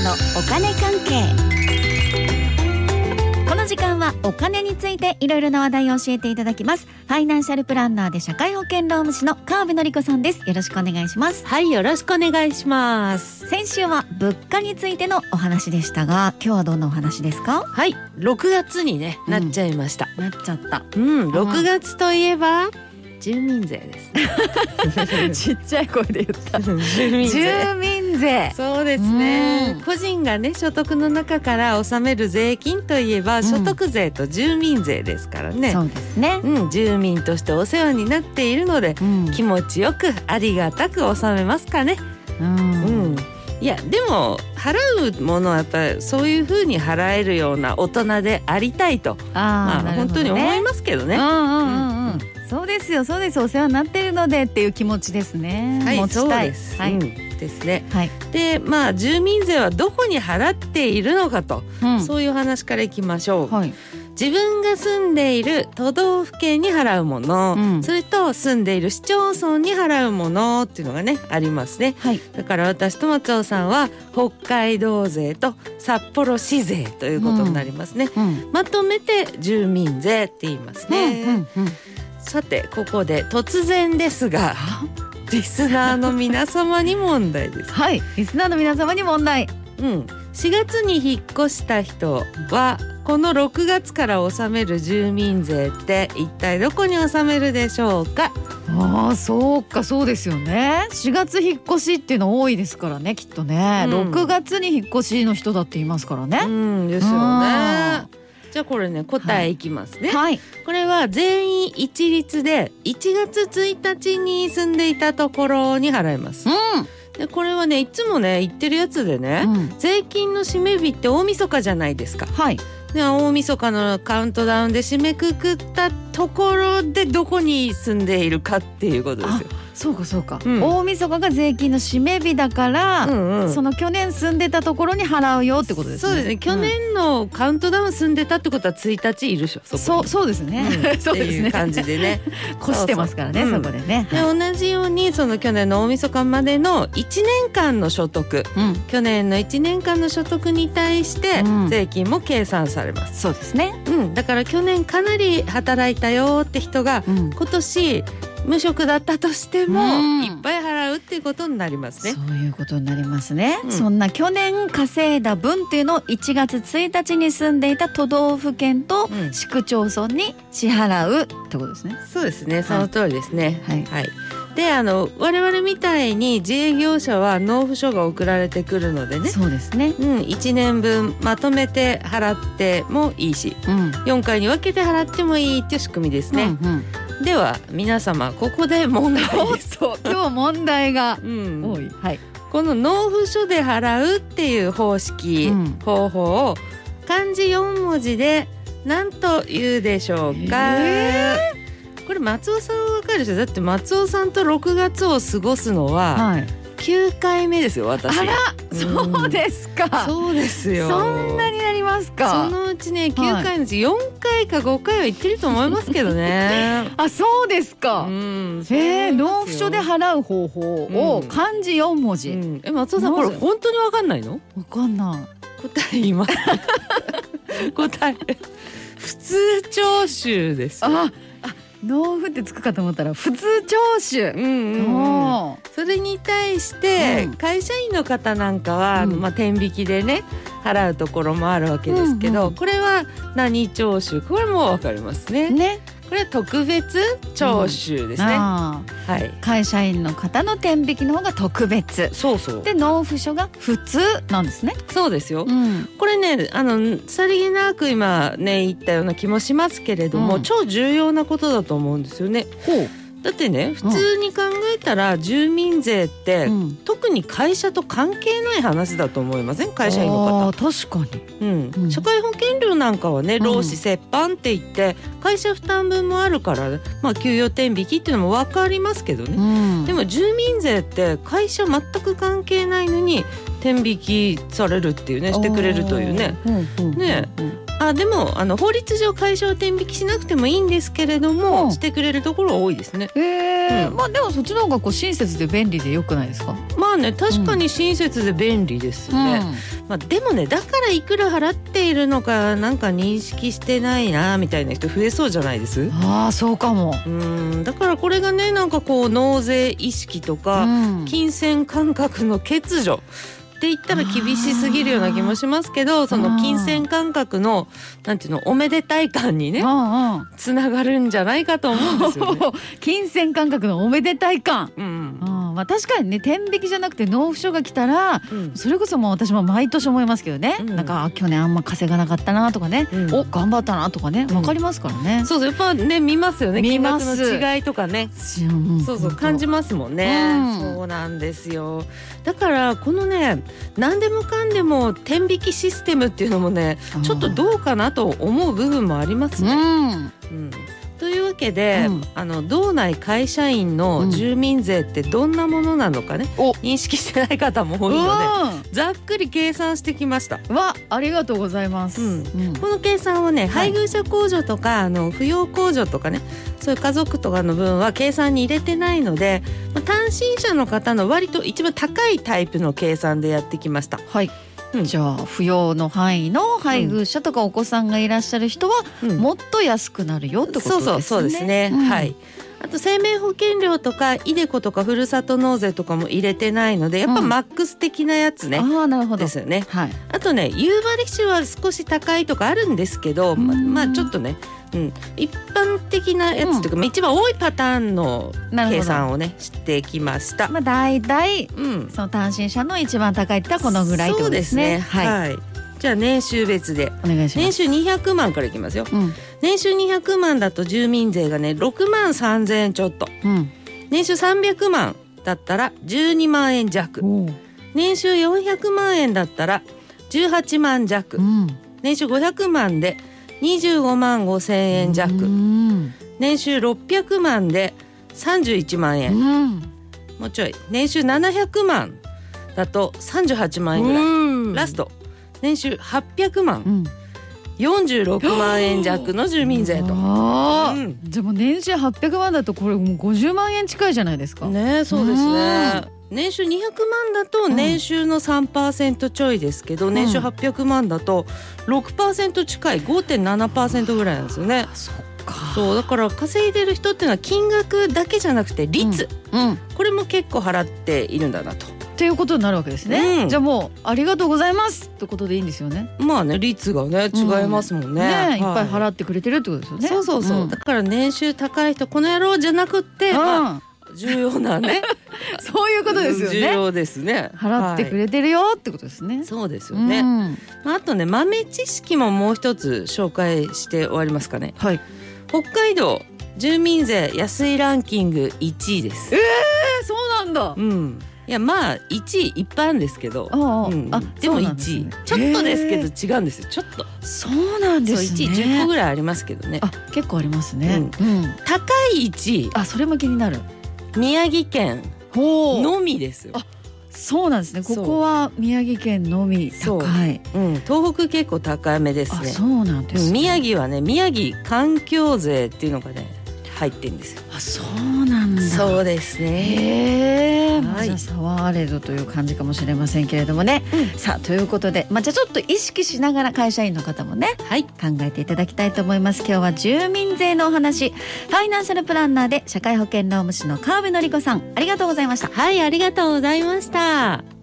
のお金関係この時間はお金についていろいろな話題を教えていただきますファイナンシャルプランナーで社会保険労務士の川辺紀子さんですよろしくお願いしますはい、よろしくお願いします。先週は物価についてのお話でしたが今日はどんなお話ですかはい、6月にね、うんなっちゃいました。なっちゃったうあん、6月といえば、住民税です。ちっちゃい声で言った住民税。 住民税そうですねうん。個人がね、所得の中から納める税金といえば、ん所得税と住民税ですからねそ。うですね、うん、住民としてお世話になっているので、うん気持ちよくありがたく納めますかね。うんうん、いやでも払うものはやっぱりそういうふうに払えるような大人でありたいとあーまなあ、るほ本ど当に思ねいますけどね。うんはうんうんうん。そうですよ、そうです、お世話になってるのでっていう気持ちですね。持い、ちそうたい。です、はい、うんですね。はい、でまあ住民税はどこに払っているのかと、うんそういうお話からいきましょう。はい、自分が住んでいる都道府県に払うもの、うんそれと住んでいる市町村に払うものっていうのがねありますね。はい、だから私と松尾さんは北海道税と札幌市税ということになりますね。うん、まとめて住民税って言いますね、うん、うん、さてここで突然ですがリスナーの皆様に問題です、はい、リスナーの皆様に問題。うん、4月に引っ越した人はこの6月から納める住民税って一体どこに納めるでしょうかああ、そうか、そうですよね。4月引っ越しっていうの多いですからね、きっとね。うん6月に引っ越しの人だっていますからうね。んですよあねじゃあこれね答えいきますね、はい、これは全員一律で1月1日に住んでいたところに払いますうでこれはねいつもね言ってるやつでね、ん、うん、税金の締め日って大晦日じゃないですか。はい、で大晦日のカウントダウンで締めくくったところでどこに住んでいるかっていうことですよ。そうか、そうか。うん大晦日が税金の締め日だから。うんうんその去年住んでたところに払うよってことですね。そうですね。去年のカウントダウン住んでたってことは1日いるでしょ。うん。そそこうそうですにね。うんそうってですいうね。感じでね。越してますからね、そうそそうこでね。で同じようにその去年の大晦日までの1年間の所得、うん、去年の1年間の所得に対してうん税金も計算されます。そうですね。うん、だから去年かなり働いたよって人がうん。今年無職だったとしてもうんいっぱい払うっていうことになりますねそ。ういうことになりますね、うんそんな去年稼いだ分っていうのを1月1日に住んでいた都道府県とうん市区町村に支払うってことですね。そうですね、その通りですね。はいで、あの我々みたいに自営業者は納付書が送られてくるのでね。そうですね。うん、1年分まとめて払ってもいいしうん。 4回に分けて払ってもいいっていう仕組みですね、うんうん。では皆様ここで問題おっ です、と今日問題がうん、多い。はい。この納付書で払うっていう方式、うん方法を漢字4文字で何と言うでしょうか、えこれ松尾さんはわかるでしょだって松尾さんと6月を過ごすのははい。 9回目ですよ私あら、うんそうですか。そうですよそんなになりますそか。のうちね9回のうち4回か5回は行ってると思いますけどね あ、そうですうか。んえー、納付書で払う方法をうん漢字四文う字。わ、んえ松尾さんこれ本当にわかんないのかんな答え言います答え普通徴収ですい。よあ、あ、納付ってつくかと思ったら普通徴収う。んうんうんおーそれに対してうん会社員の方なんかは、うんまあ、天引きでね払うところもあるわけですけうど、んうんこれは何徴収これもわかりますねね。これは特別徴収ですね、あーはい会社員の方の天引きの方が特別。そうそうで納付書が普通なんですね。そうですよ、ん。これねあのさりげなく今ね言ったような気もしますけれども、うん超重要なことだと思うんですよねほだってね普通に考えたら住民税って、う。ん。特に会社と関係ない話だと思いません会社員の方あー確かに。うんうん社会保険料なんかはねうん労使折半って言って会社負担分もあるから、まあ、給与天引きっていうのも分かりますけどね、んでも住民税って会社全く関係ないのに天引きされるっていうねしてくれるというね。おー。うんうんうんね。あでもあの法律上解消転引きしなくてもいいんですけれどうんもしてくれるところは多いですね。ええうんまあでもそっちの方がこう親切で便利で良くないですか。まあね確かに親切で便利ですよね。まあ、でもねだからいくら払っているのかなんか認識してないなみたいな人増えそうじゃないですうああそうかも。ーんだからこれがねなんかこう納税意識とうか、ん金銭感覚の欠如って言ったら厳しすぎるような気もしますけどその金銭感覚のなんていうのおめでたい感にねうんうん。つながるんじゃないかと思うんですよ ね。金銭感覚のおめでたい感。うんうん、まあ確かにね天引きじゃなくて納付書が来たらうんそれこそもう私も毎年思いますけどね、うんなんかあ去年あんま稼がなかったなとかね、うんお頑張ったなとかねうんわかりますからね、そうそうやっぱね見ますよね見金ま額すの違いとかねうんそうそう感じますもんね、うんそうなんですよだからこのね何でもかんでも天引きシステムっていうのもねちょっとどうかなと思う部分もありますうん、ね。うんうんというわけで、うんあの道内会社う員のん住民税ってどんなものなのかね、お認識してない方も多いのでざっくり計算してきました。うんわありがとうございます、うんうんこの計算をねはい配偶者控除とか、あの扶養控除とかねそういう家族とかの分は計算に入れてないので、まあ、単身者の方の割と一番高いタイプの計算でやってきました。はい、うんじゃあ扶養の範囲の配偶者とかお子さんがいらっしゃる人はうんもっと安くなるよってことですそねうそうそうですね、うんはいあと生命保険料とかイデコとかふるさと納税とかも入れてないのでやっぱうんマックス的なやつね、ああなるほどですよねはいあとね夕張市は少し高いとかあるんですけど、まうんまあちょっとね、うん、一般的なやつというか、まあ一番多いパターンのなるほど計算をねしてきました。まあ大体うん、その単身者の一番高いってのはこのぐらいってことですねそうですねはい、はい、じゃあ年収別でお願いします年収200万からいきますよ。うん年収200万だと住民税がね6万3000円ちょっとうん年収300万だったら12万円弱おう年収400万円だったら18万弱うん年収500万で25万5千円う弱ん年収600万で31万う円んもうちょい年収700万だと38万円ぐらいラスト年収800う万ん46万円弱の住民税と。あーうんじゃあもう年収800万だとこれもう50万円近いじゃないですか、ねそうですねう年収200万だと年収の3%ちょいですけど、年収800万だと6%近い5.7%ぐらいなんですよね。そっかそうだから稼いでる人っていうのは金額だけじゃなくて率、うんこれも結構払っているんだなとっていうことになるわけですね、うんじゃあもうありがとうございますってことでいいんですよねまあね率がね違いますもんね,ねは、いっぱい払ってくれてるってことですよねそうそうそう、んだから年収高い人この野郎じゃなくって、 まあ、うん重要 なねそういうことですよ重ね要ですね払ってくはれてるよってことですねい、そうですようね、んまああとね豆知識ももう一つ紹介して終わりますかねはい北海道住民税安いランキング1位ですええそうなんだうんいやまあ1位一般ですけどああ、うんあでもそうな1ん位ねちょっとですへえけど違うんですよちょっとそうなんでそうす1ね位10個ぐらいありますけどねあ結構ありますねうん、高い1位あそれも気になる宮城県ほのみですよあ、そうなんですねこそうこは宮城県のみそう高いうん、東北結構高めですあねそうなんです、うね、ん宮城はね宮城環境税っていうのがね入ってんですよあそうなんだそうですねへえ、まあはいじゃあ差はあれどという感じかもしれませんけれどもね、うさあということで、まあ、じゃあちょっと意識しながら会社員の方もね、はい考えていただきたいと思います今日は住民税のお話ファイナンシャルプランナーで社会保険労務士の川辺典子さんありがとうございましたはいありがとうございました